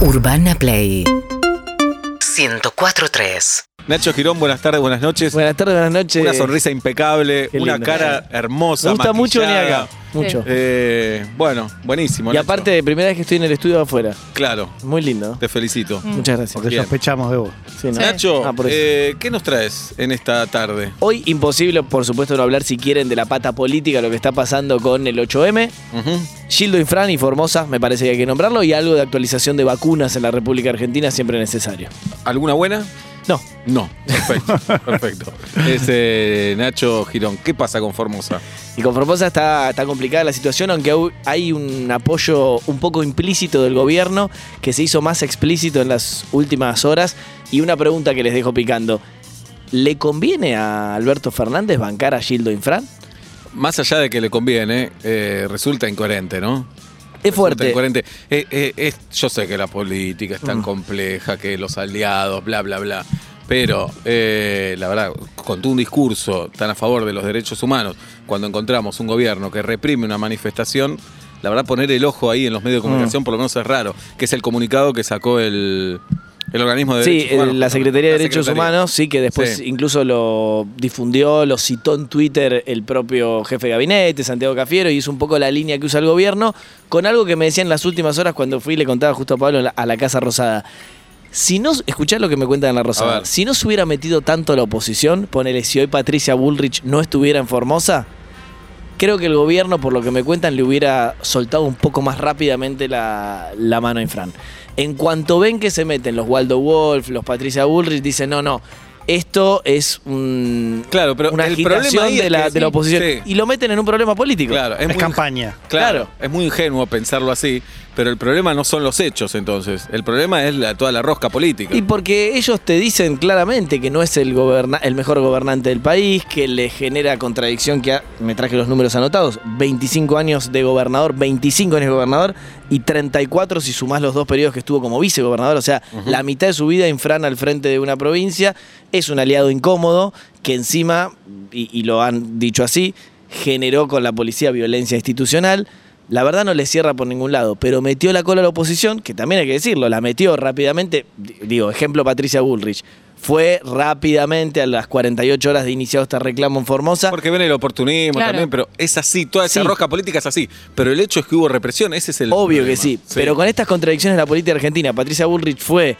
Urbana Play 104.3 Nacho Girón, buenas tardes, buenas noches. Buenas tardes, buenas noches. Una sonrisa impecable, Qué una lindo. cara hermosa. Me gusta mucho venir maquillada. acá. Mucho. Eh, bueno, buenísimo. Y Nacho. aparte, primera vez que estoy en el estudio afuera. claro, Muy lindo. te felicito. Muchas gracias. Porque Bien. sospechamos de vos. Sí, ¿no? Nacho, Ah, por eso. eh, ¿qué nos traes en esta tarde? Hoy imposible, por supuesto, no hablar si quieren de la pata política, lo que está pasando con el 8M. Ujú. Gildo Infran y Formosa, me parece que hay que nombrarlo, y algo de actualización de vacunas en la República Argentina, siempre necesario. ¿Alguna buena? No, No, perfecto, perfecto. Es, eh, Nacho Girón, ¿qué pasa con Formosa? y con Formosa está, está complicada la situación, aunque au- hay un apoyo un poco implícito del gobierno que se hizo más explícito en las últimas horas. Y una pregunta que les dejo picando. ¿Le conviene a Alberto Fernández bancar a Gildo Infran? Más allá de que le conviene, eh, resulta incoherente, ¿no? Es Resulta fuerte. Mm. incoherente. Eh, eh, es- yo sé que la política es tan compleja, que los aliados, bla, bla, bla. Pero, eh, la verdad, con un discurso tan a favor de los derechos humanos, cuando encontramos un gobierno que reprime una manifestación, la verdad, poner el ojo ahí en los Mm. medios de comunicación por lo menos es raro, que es el comunicado que sacó el, el organismo de Sí, derechos eh, humanos. la Secretaría de La Derechos Secretaría. Humanos, sí, que después Sí. incluso lo difundió, lo citó en Twitter el propio jefe de gabinete, Santiago Cafiero, y hizo un poco la línea que usa el gobierno, con algo que me decía en las últimas horas cuando fui y le contaba justo a Pablo en la- a la Casa Rosada. Si no, escuchá lo que me cuentan en la A Rosada. ver. Si no se hubiera metido tanto la oposición, ponele, si hoy Patricia Bullrich no estuviera en Formosa, creo que el gobierno, por lo que me cuentan, le hubiera soltado un poco más rápidamente la, la mano a Infran. En cuanto ven que se meten los Waldo Wolf, los Patricia Bullrich, dicen, no, no, esto es un, Claro, pero una el agitación problema ahí de, es la, que- de la oposición. Sí. Y lo meten en un problema político. Claro, es, Es, muy- campaña. Claro, Claro. es muy ingenuo pensarlo así, pero el problema no son los hechos entonces, el problema es la- toda la rosca política. Y porque ellos te dicen claramente que no es el, goberna- el mejor gobernante del país, que le genera contradicción, que ha- me traje los números anotados, 25 años de gobernador, 25 años de gobernador y 34 si sumás los dos periodos que estuvo como vicegobernador, o sea, la mitad de su vida infran al frente de una provincia, es un aliado incómodo que encima, y, y lo han dicho así, generó con la policía violencia institucional. La verdad no le cierra por ningún lado, pero metió la cola a la oposición, que también hay que decirlo, la metió rápidamente. D- Digo, ejemplo Patricia Bullrich. Fue rápidamente a las 48 horas de iniciado este reclamo en Formosa. Porque ven el oportunismo Claro. también, pero es así, toda esa Sí. rosca política es así. Pero el hecho es que hubo represión, ese es el. Obvio problema. que sí, pero con estas contradicciones de la política argentina, Patricia Bullrich fue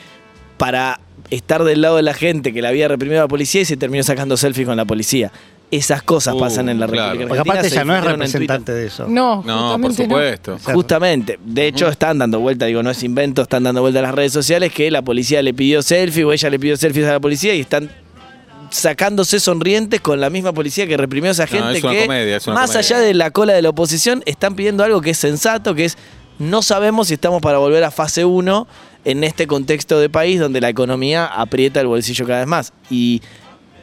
para estar del lado de la gente que la había reprimido a la policía y se terminó sacando selfies con la policía. Esas cosas Uh, pasan en la claro. República Porque Porque Argentina. aparte se ella no es difundieron en Twitter. representante de eso. No, No, por justamente supuesto. sea, Justamente, de hecho están dando vuelta, digo, no es invento, están dando vuelta a las redes sociales que la policía le pidió selfie o ella le pidió selfies a la policía y están sacándose sonrientes con la misma policía que reprimió a esa No, gente es una que comedia, es una más comedia. allá de la cola de la oposición están pidiendo algo que es sensato, que es no sabemos si estamos para volver a fase 1 en este contexto de país donde la economía aprieta el bolsillo cada vez más y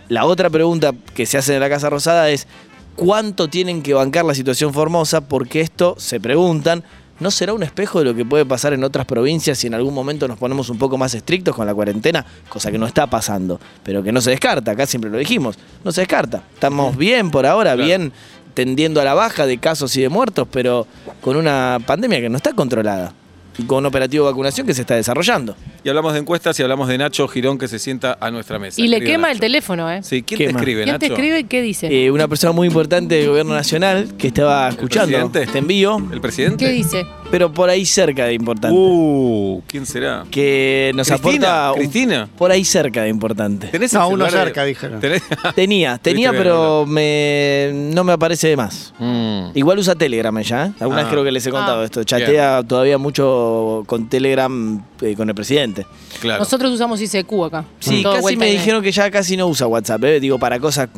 la otra pregunta que se hace en la Casa Rosada es ¿cuánto tienen que bancar la situación Formosa? Porque esto, se preguntan, ¿no será un espejo de lo que puede pasar en otras provincias si en algún momento nos ponemos un poco más estrictos con la cuarentena? Cosa que no está pasando, pero que no se descarta, acá siempre lo dijimos, no se descarta. Estamos bien por ahora, Claro. bien tendiendo a la baja de casos y de muertos, pero con una pandemia que no está controlada. y Con un operativo de vacunación que se está desarrollando. Y hablamos de encuestas y hablamos de Nacho Girón que se sienta a nuestra mesa. Y le Querido quema el Nacho. teléfono, ¿eh? Sí, ¿quién te Quema. escribe, ¿Quién Nacho? te escribe y qué dice? Eh, una persona muy importante del gobierno nacional que estaba escuchando presidente? este envío. ¿El presidente? ¿Qué dice? pero por ahí cerca de importante. Uh, ¿quién será? que nos Cristina, aporta. un- Cristina. Por ahí cerca de importante. ¿Tenés No, el uno celular? cerca, dijeron. ¿Tenés? Tenía, tenía, bien, pero me, no me aparece de más. Mm. Igual usa Telegram ella, ¿eh? Algunas Ah. creo que les he contado Ah. esto. Chatea todavía mucho con Telegram eh, con el presidente. Claro. Nosotros usamos ICQ acá. Sí, Todo casi vuelta me y- dijeron que ya casi no usa WhatsApp, ¿eh? digo, para cosas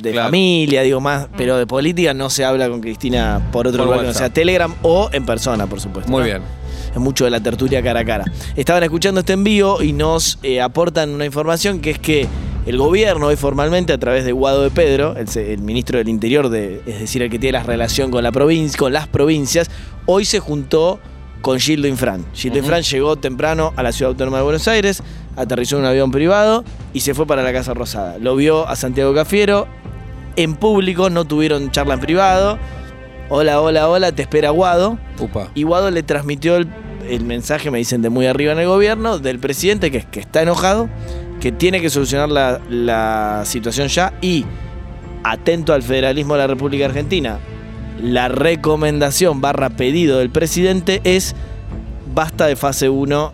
de Claro. familia, digo más, Mm. pero de política no se habla con Cristina por otro Por lugar, que no WhatsApp. sea Telegram o en persona, por supuesto. Muy ¿no? bien. Es mucho de la tertulia cara a cara. Estaban escuchando este envío y nos eh, aportan una información que es que el gobierno hoy formalmente a través de Guado de Pedro, el, se- el ministro del Interior, de, es decir, el que tiene la relación con, la provincia, con las provincias, hoy se juntó con Gildo Infran. Gildo Infran llegó temprano a la Ciudad Autónoma de Buenos Aires, aterrizó en un avión privado y se fue para la Casa Rosada. Lo vio a Santiago Cafiero, en público, no tuvieron charla en privado. Hola, hola, hola, te espera Guado. Upa. Y Guado le transmitió el, el mensaje, me dicen, de muy arriba en el gobierno, del presidente, que es que está enojado, que tiene que solucionar la, la situación ya y atento al federalismo de la República Argentina. La recomendación barra pedido del presidente es basta de fase 1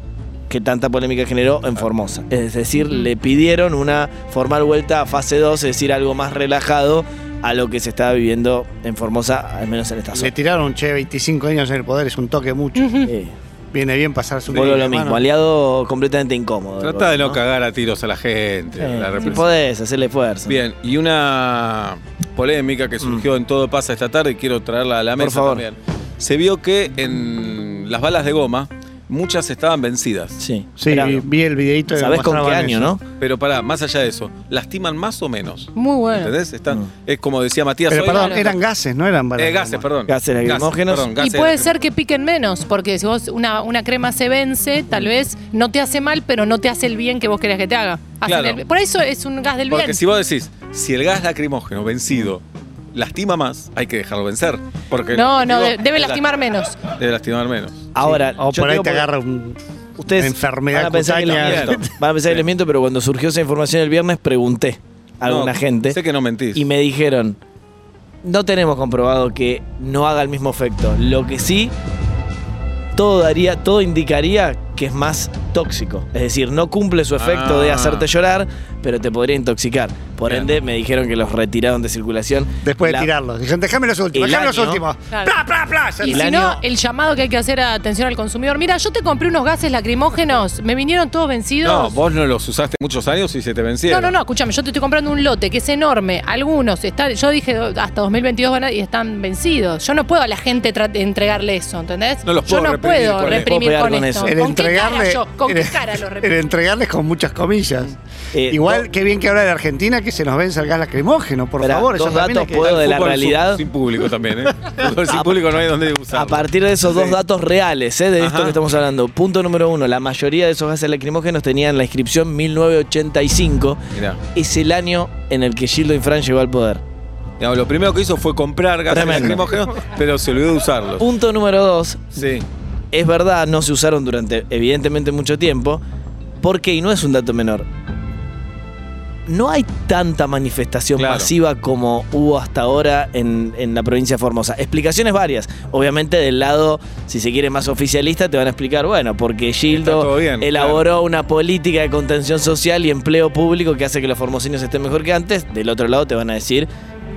que tanta polémica generó en Formosa. Es decir, le pidieron una formal vuelta a fase 2, es decir, algo más relajado a lo que se estaba viviendo en Formosa, al menos en esta Le zona. tiraron, che, 25 años en el poder, es un toque mucho. Eh, Viene bien pasarse un vuelvo a día, lo mismo, hermano. aliado completamente incómodo. Trata de no caer. cagar a tiros a la gente. la si represión. podés, hacerle esfuerzo. Bien, y una polémica que surgió en Todo Pasa esta tarde, y quiero traerla a la Por mesa favor. también. Se vio que en las balas de goma, muchas estaban vencidas. Sí. Sí, Esperá, vi, vi el videito. que Sabés con qué mostraban año, eso. ¿no? Pero pará, más allá de eso, ¿lastiman más o menos? Muy bueno. ¿Entendés? Están, Mm. Es como decía Matías Pero hoy, perdón, Claro. eran gases, no eran balas eh, de gases, goma. perdón. Gases lacrimógenos. perdón, Y gases puede lacrim- ser que piquen menos, porque si vos una, una crema se vence, tal vez no te hace mal, pero no te hace el bien que vos querés que te haga. Hacen Claro. el- por eso es un gas del Porque bien. si vos decís, si el gas lacrimógeno vencido lastima más, hay que dejarlo vencer. Porque el no, no, objetivo de- debe es la- lastimar menos. Debe lastimar menos. Ahora, O yo por ahí digo porque- te agarra un- Ustedes Una enfermedad van a pensar que les cutánea. miento. Van a pensar que les miento, pero cuando surgió esa información el viernes pregunté a alguna No, gente Sé que no mentís. y me dijeron, no tenemos comprobado que no haga el mismo efecto. Lo que sí, todo, daría, todo indicaría que es más tóxico. Es decir, no cumple su efecto de Ah. hacerte llorar, pero te podría intoxicar. Por Bien. ende, me dijeron que los retiraron de circulación. Después de La- tirarlos. Dijeron, déjame los últimos, el déjame los año- últimos. Claro. Pla, pla, pla. Ya Y El si año- no, el llamado que hay que hacer a atención al consumidor. Mira, yo te compré unos gases lacrimógenos, me vinieron todos No, vencidos. vos no los usaste muchos años y se te No, vencieron. no, no, escúchame, yo te estoy comprando un lote que es enorme. Algunos, están, yo dije do- hasta 2022 van a, y están vencidos. Yo no puedo a la gente tra- entregarle eso, ¿entendés? No los yo puedo no reprimir puedo con eso. reprimir Puedo con, pegar con esto. eso. El ¿Con qué cara entregarle. yo? ¿Con el- qué cara lo el reprimir? entregarles con muchas comillas. Eh, Igual, do- qué bien que habla de Argentina que se nos vence el gas lacrimógeno, por Esperá, favor. dos eso también datos hay que- puedo- de la Fútbol realidad. Sin, sin público también, ¿eh? Fútbol sin público no hay donde usar. A partir de esos dos datos reales, ¿eh? de esto Ajá. que estamos hablando. Punto número uno, la mayoría de esos gases lacrimógenos tenían la inscripción 1985. Mirá. Es el año en el que Gildo Infran llegó al poder. Digamos, lo primero que hizo fue comprar gases Tremendo. Uh. lacrimógenos, pero se olvidó de usarlos. Punto número dos, Sí. es verdad, no se usaron durante evidentemente mucho tiempo, porque, y no es un dato menor, no hay tanta manifestación Claro. masiva como hubo hasta ahora en, en la provincia de Formosa. Explicaciones varias. Obviamente del lado, si se quiere más oficialista, te van a explicar, bueno, porque Gildo todo bien, elaboró una política de contención social y empleo público que hace que los formosinos estén mejor que antes. Del otro lado te van a decir,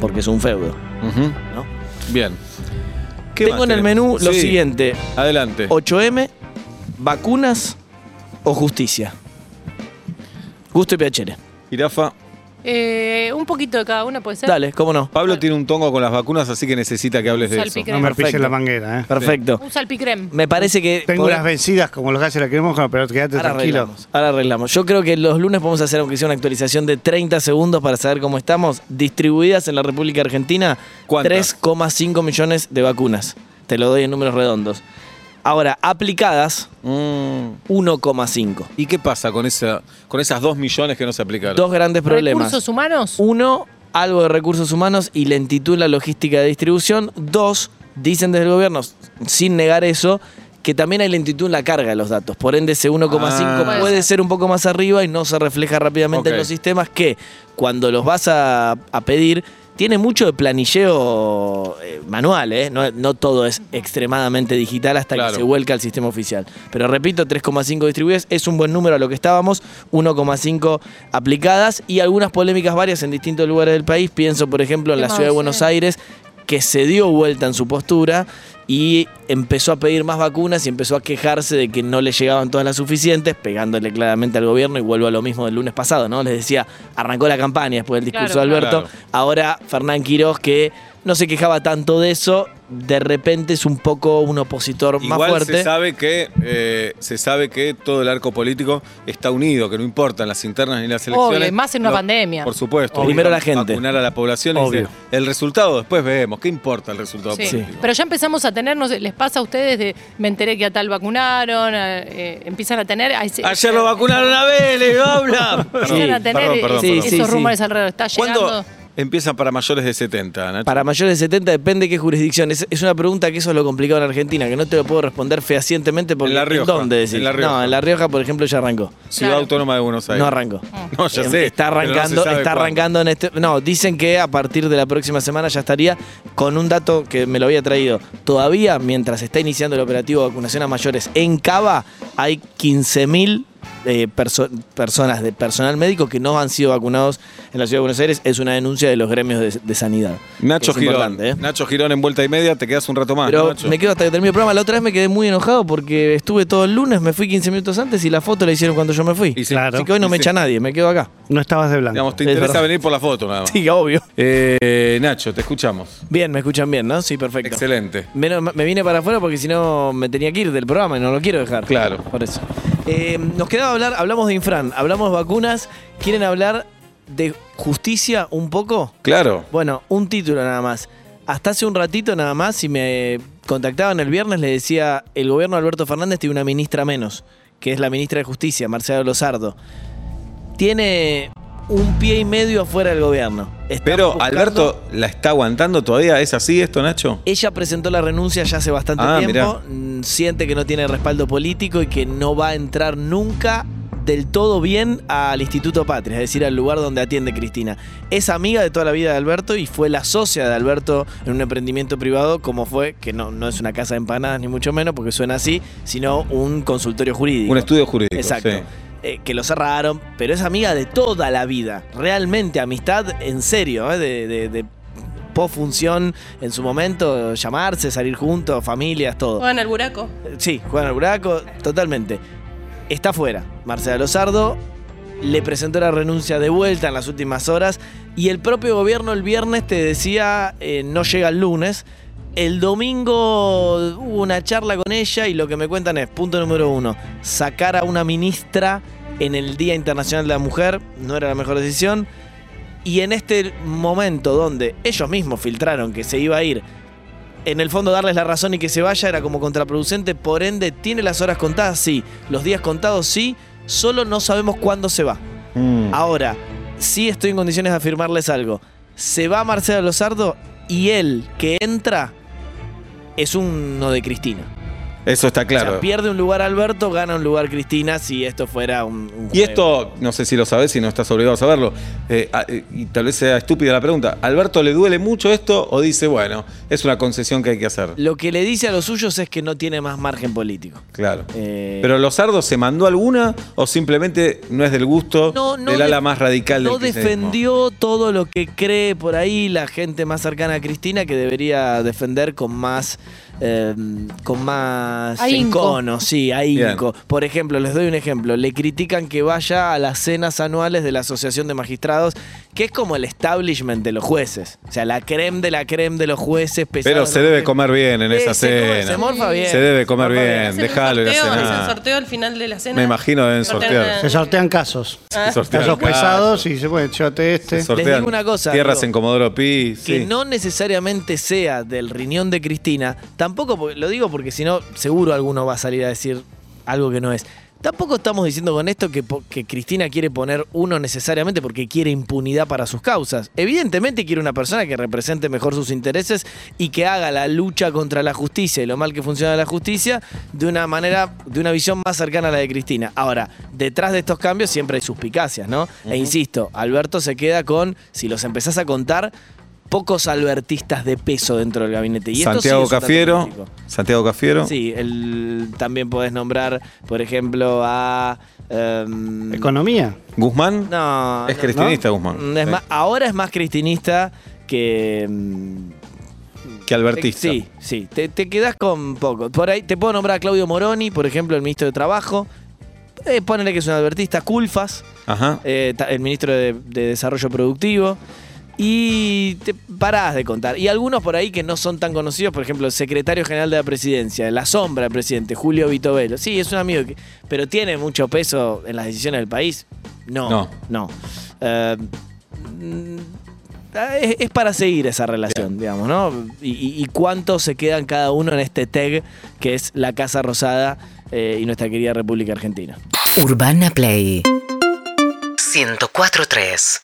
porque es un feudo. Ujú. ¿No? Bien. ¿Qué Tengo más en el menú tenemos? lo Sí, siguiente. Adelante. 8M, vacunas o justicia. Gusto y piacere. Jirafa. Eh, un poquito de cada uno puede ser. Dale, cómo no. Pablo tiene un tongo con las vacunas, así que necesita que hables de eso. Salpicre. No me pise Perfecto. la manguera, ¿eh? Perfecto. Un salpicrem. Me parece que. Tengo podrá- unas vencidas como los gases lacrimógenos, pero quédate Ahora tranquilo. arreglamos. Ahora arreglamos. Yo creo que los lunes podemos hacer, aunque sea una actualización de 30 segundos para saber cómo estamos. Distribuidas en la República Argentina, ¿Cuántas? 3,5 millones de vacunas. Te lo doy en números redondos. Ahora, aplicadas, Mm. 1,5. ¿Y qué pasa con, esa, con esas dos millones que no se aplicaron? Dos grandes problemas. ¿Recursos humanos? Uno, algo de recursos humanos y lentitud en la logística de distribución. Dos, dicen desde el gobierno, sin negar eso, que también hay lentitud en la carga de los datos. Por ende, ese 1,5 Ah. puede ser un poco más arriba y no se refleja rápidamente Ok. en los sistemas que cuando los vas a, a pedir... Tiene mucho de planilleo eh, manual, ¿eh? No, no todo es extremadamente digital hasta Claro. que se vuelca al sistema oficial. Pero repito, 3,5 distribuidas es un buen número a lo que estábamos, 1,5 aplicadas y algunas polémicas varias en distintos lugares del país. Pienso, por ejemplo, en Qué la ciudad de mal, Buenos sí. Aires, que se dio vuelta en su postura y empezó a pedir más vacunas y empezó a quejarse de que no le llegaban todas las suficientes, pegándole claramente al gobierno y vuelvo a lo mismo del lunes pasado, ¿no? Les decía, arrancó la campaña después del discurso Claro, de Alberto, claro. ahora Fernán Quirós que no se quejaba tanto de eso, de repente es un poco un opositor más Igual fuerte. se sabe que eh, se sabe que todo el arco político está unido, que no importan las internas ni las Obvio, elecciones. más en una pandemia. Por supuesto. Primero la gente. Vacunar a la población y Obvio. dice, el resultado después vemos, ¿qué importa el resultado Sí. político? Pero ya empezamos a tener, no sé, les pasa a ustedes de me enteré que a tal vacunaron, a- eh, empiezan a tener. a ese- Ayer lo vacunaron a Vélez, habla. Empiezan a tener perdón, eh, perdón, esos Sí, sí, sí. rumores alrededor. Está llegando. ¿Cuándo, Empieza para mayores de 70, Nacho. Para mayores de 70 depende qué jurisdicción. Es, es una pregunta que eso es lo complicado en Argentina, que no te lo puedo responder fehacientemente porque En La Rioja, ¿dónde decís? en La Rioja. No, en La Rioja, por ejemplo, ya arrancó. Ciudad Claro. Autónoma de Buenos Aires. No arrancó. No, ya Em- sé. Está pero no se arrancando, sabe está cuándo. arrancando en este. No, dicen que a partir de la próxima semana ya estaría con un dato que me lo había traído. Todavía, mientras está iniciando el operativo de vacunación a mayores en Cava, hay 15.000 eh, perso- personas de personal médico que no han sido vacunados en la ciudad de Buenos Aires. Es una denuncia de los gremios de, de sanidad. Nacho Es Girón. importante, ¿eh? Nacho Girón en vuelta y media, te quedas un rato más. Pero ¿no, Nacho? me quedo hasta que termine el programa. La otra vez me quedé muy enojado porque estuve todo el lunes, me fui 15 minutos antes y la foto la hicieron cuando yo me fui. Y sí, Claro. Así que hoy no y me sí. echa nadie, me quedo acá. No estabas de blanco. Digamos, te Es interesa verdad. venir por la foto nada más. Sí, obvio. Eh, Nacho, te escuchamos. Bien, me escuchan bien, ¿no? Sí, perfecto. Excelente. Menos- me vine para afuera porque si no me tenía que ir del programa y no lo quiero dejar. Claro. Por eso. Eh, nos quedaba hablar, hablamos de Infran, hablamos de vacunas. ¿Quieren hablar de justicia un poco? Claro. Bueno, un título nada más. Hasta hace un ratito nada más, si me contactaban el viernes, le decía, el gobierno de Alberto Fernández tiene una ministra menos, que es la ministra de Justicia, Marcela Lozardo. Tiene un pie y medio afuera del gobierno. Están Pero buscando- Alberto la está aguantando todavía. ¿Es así esto, Nacho? Ella presentó la renuncia ya hace bastante Ah, tiempo. Mm, Siente que no tiene respaldo político y que no va a entrar nunca del todo bien al Instituto Patria, es decir, al lugar donde atiende Cristina. Es amiga de toda la vida de Alberto y fue la socia de Alberto en un emprendimiento privado, como fue, que no, no es una casa de empanadas ni mucho menos, porque suena así, sino un consultorio jurídico. Un estudio jurídico. Exacto. sí. Eh, que lo cerraron, pero es amiga de toda la vida. Realmente, amistad en serio, ¿eh? de, de, de posfunción en su momento, llamarse, salir juntos, familias, todo. Juegan al buraco. Sí, Juan al buraco, totalmente. Está fuera. Marcela Lozardo le presentó la renuncia de vuelta en las últimas horas y el propio gobierno el viernes te decía eh, no llega el lunes. El domingo hubo una charla con ella y lo que me cuentan es, punto número uno, sacar a una ministra en el Día Internacional de la Mujer no era la mejor decisión. Y en este momento donde ellos mismos filtraron que se iba a ir en el fondo darles la razón y que se vaya era como contraproducente, por ende tiene las horas contadas, sí, los días contados, sí, solo no sabemos cuándo se va. Mm. Ahora, sí estoy en condiciones de afirmarles algo. Se va Marcelo Lozardo y él que entra es uno de Cristina. Eso está O claro. sea, pierde un lugar Alberto, gana un lugar Cristina si esto fuera un, un Y juego. esto, no sé si lo sabes, si no estás obligado a saberlo, eh, a- eh, y tal vez sea estúpida la pregunta, ¿Alberto le duele mucho esto o dice, bueno, es una concesión que hay que hacer? Lo que le dice a los suyos es que no tiene más margen político. Claro. Eh, ¿Pero Lozardo se mandó alguna o simplemente no es del gusto No, no del ala def- más radical del No kirchnerismo? defendió todo lo que cree por ahí la gente más cercana a Cristina que debería defender con más. eh, con más Ahínco. encono, sí, ahínco. Por ejemplo, les doy un ejemplo. Le critican que vaya a las cenas anuales de la Asociación de Magistrados, que es como el establishment de los jueces. O sea, la creme de la creme de los jueces. Pero pesados se de los debe jueces. comer bien en Eh, esa se come, Se cena. morfa bien. Se debe comer morfa bien, Hacen un dejalo ir a sorteo, hacen cenar. sorteo al final de la cena. Me imagino deben sortear. Se sortean casos. Ah. Sortear Casos casos. pesados y se bueno, llévate este. Se sortean digo una cosa, Tierras digo, en Comodoro Pi. que sí. no necesariamente sea del riñón de Cristina, tampoco, porque- lo digo porque si no, seguro alguno va a salir a decir algo que no es. Tampoco estamos diciendo con esto que, po- que Cristina quiere poner uno necesariamente porque quiere impunidad para sus causas. Evidentemente quiere una persona que represente mejor sus intereses y que haga la lucha contra la justicia y lo mal que funciona la justicia de una manera, de una visión más cercana a la de Cristina. Ahora, detrás de estos cambios siempre hay suspicacias, ¿no? E insisto, Alberto se queda con, si los empezás a contar, pocos albertistas de peso dentro del gabinete. Y esto Santiago sí es un dato Cafiero. político. Santiago Cafiero. Sí, el- también podés nombrar, por ejemplo, a... em, Economía. Guzmán. no, Es no, cristinista no. Guzmán. Es Sí. más- ahora es más cristinista que... em, Que albertista. Sí, sí, te, te quedás con poco. Por ahí te puedo nombrar a Claudio Moroni, por ejemplo, el ministro de Trabajo. Eh, ponele que es un albertista, Culfas, Ajá. eh, ta- el ministro de, de Desarrollo Productivo. Y te parás de contar. Y algunos por ahí que no son tan conocidos, por ejemplo, el secretario general de la presidencia, la sombra del presidente, Julio Vitovelo. Sí, es un amigo, que- pero tiene mucho peso en las decisiones del país. No, No. no. Eh, mm, es, es para seguir esa relación, digamos, ¿no? Y, y- y cuánto se quedan cada uno en este tag que es la Casa Rosada eh, y nuestra querida República Argentina. Urbana Play 104.3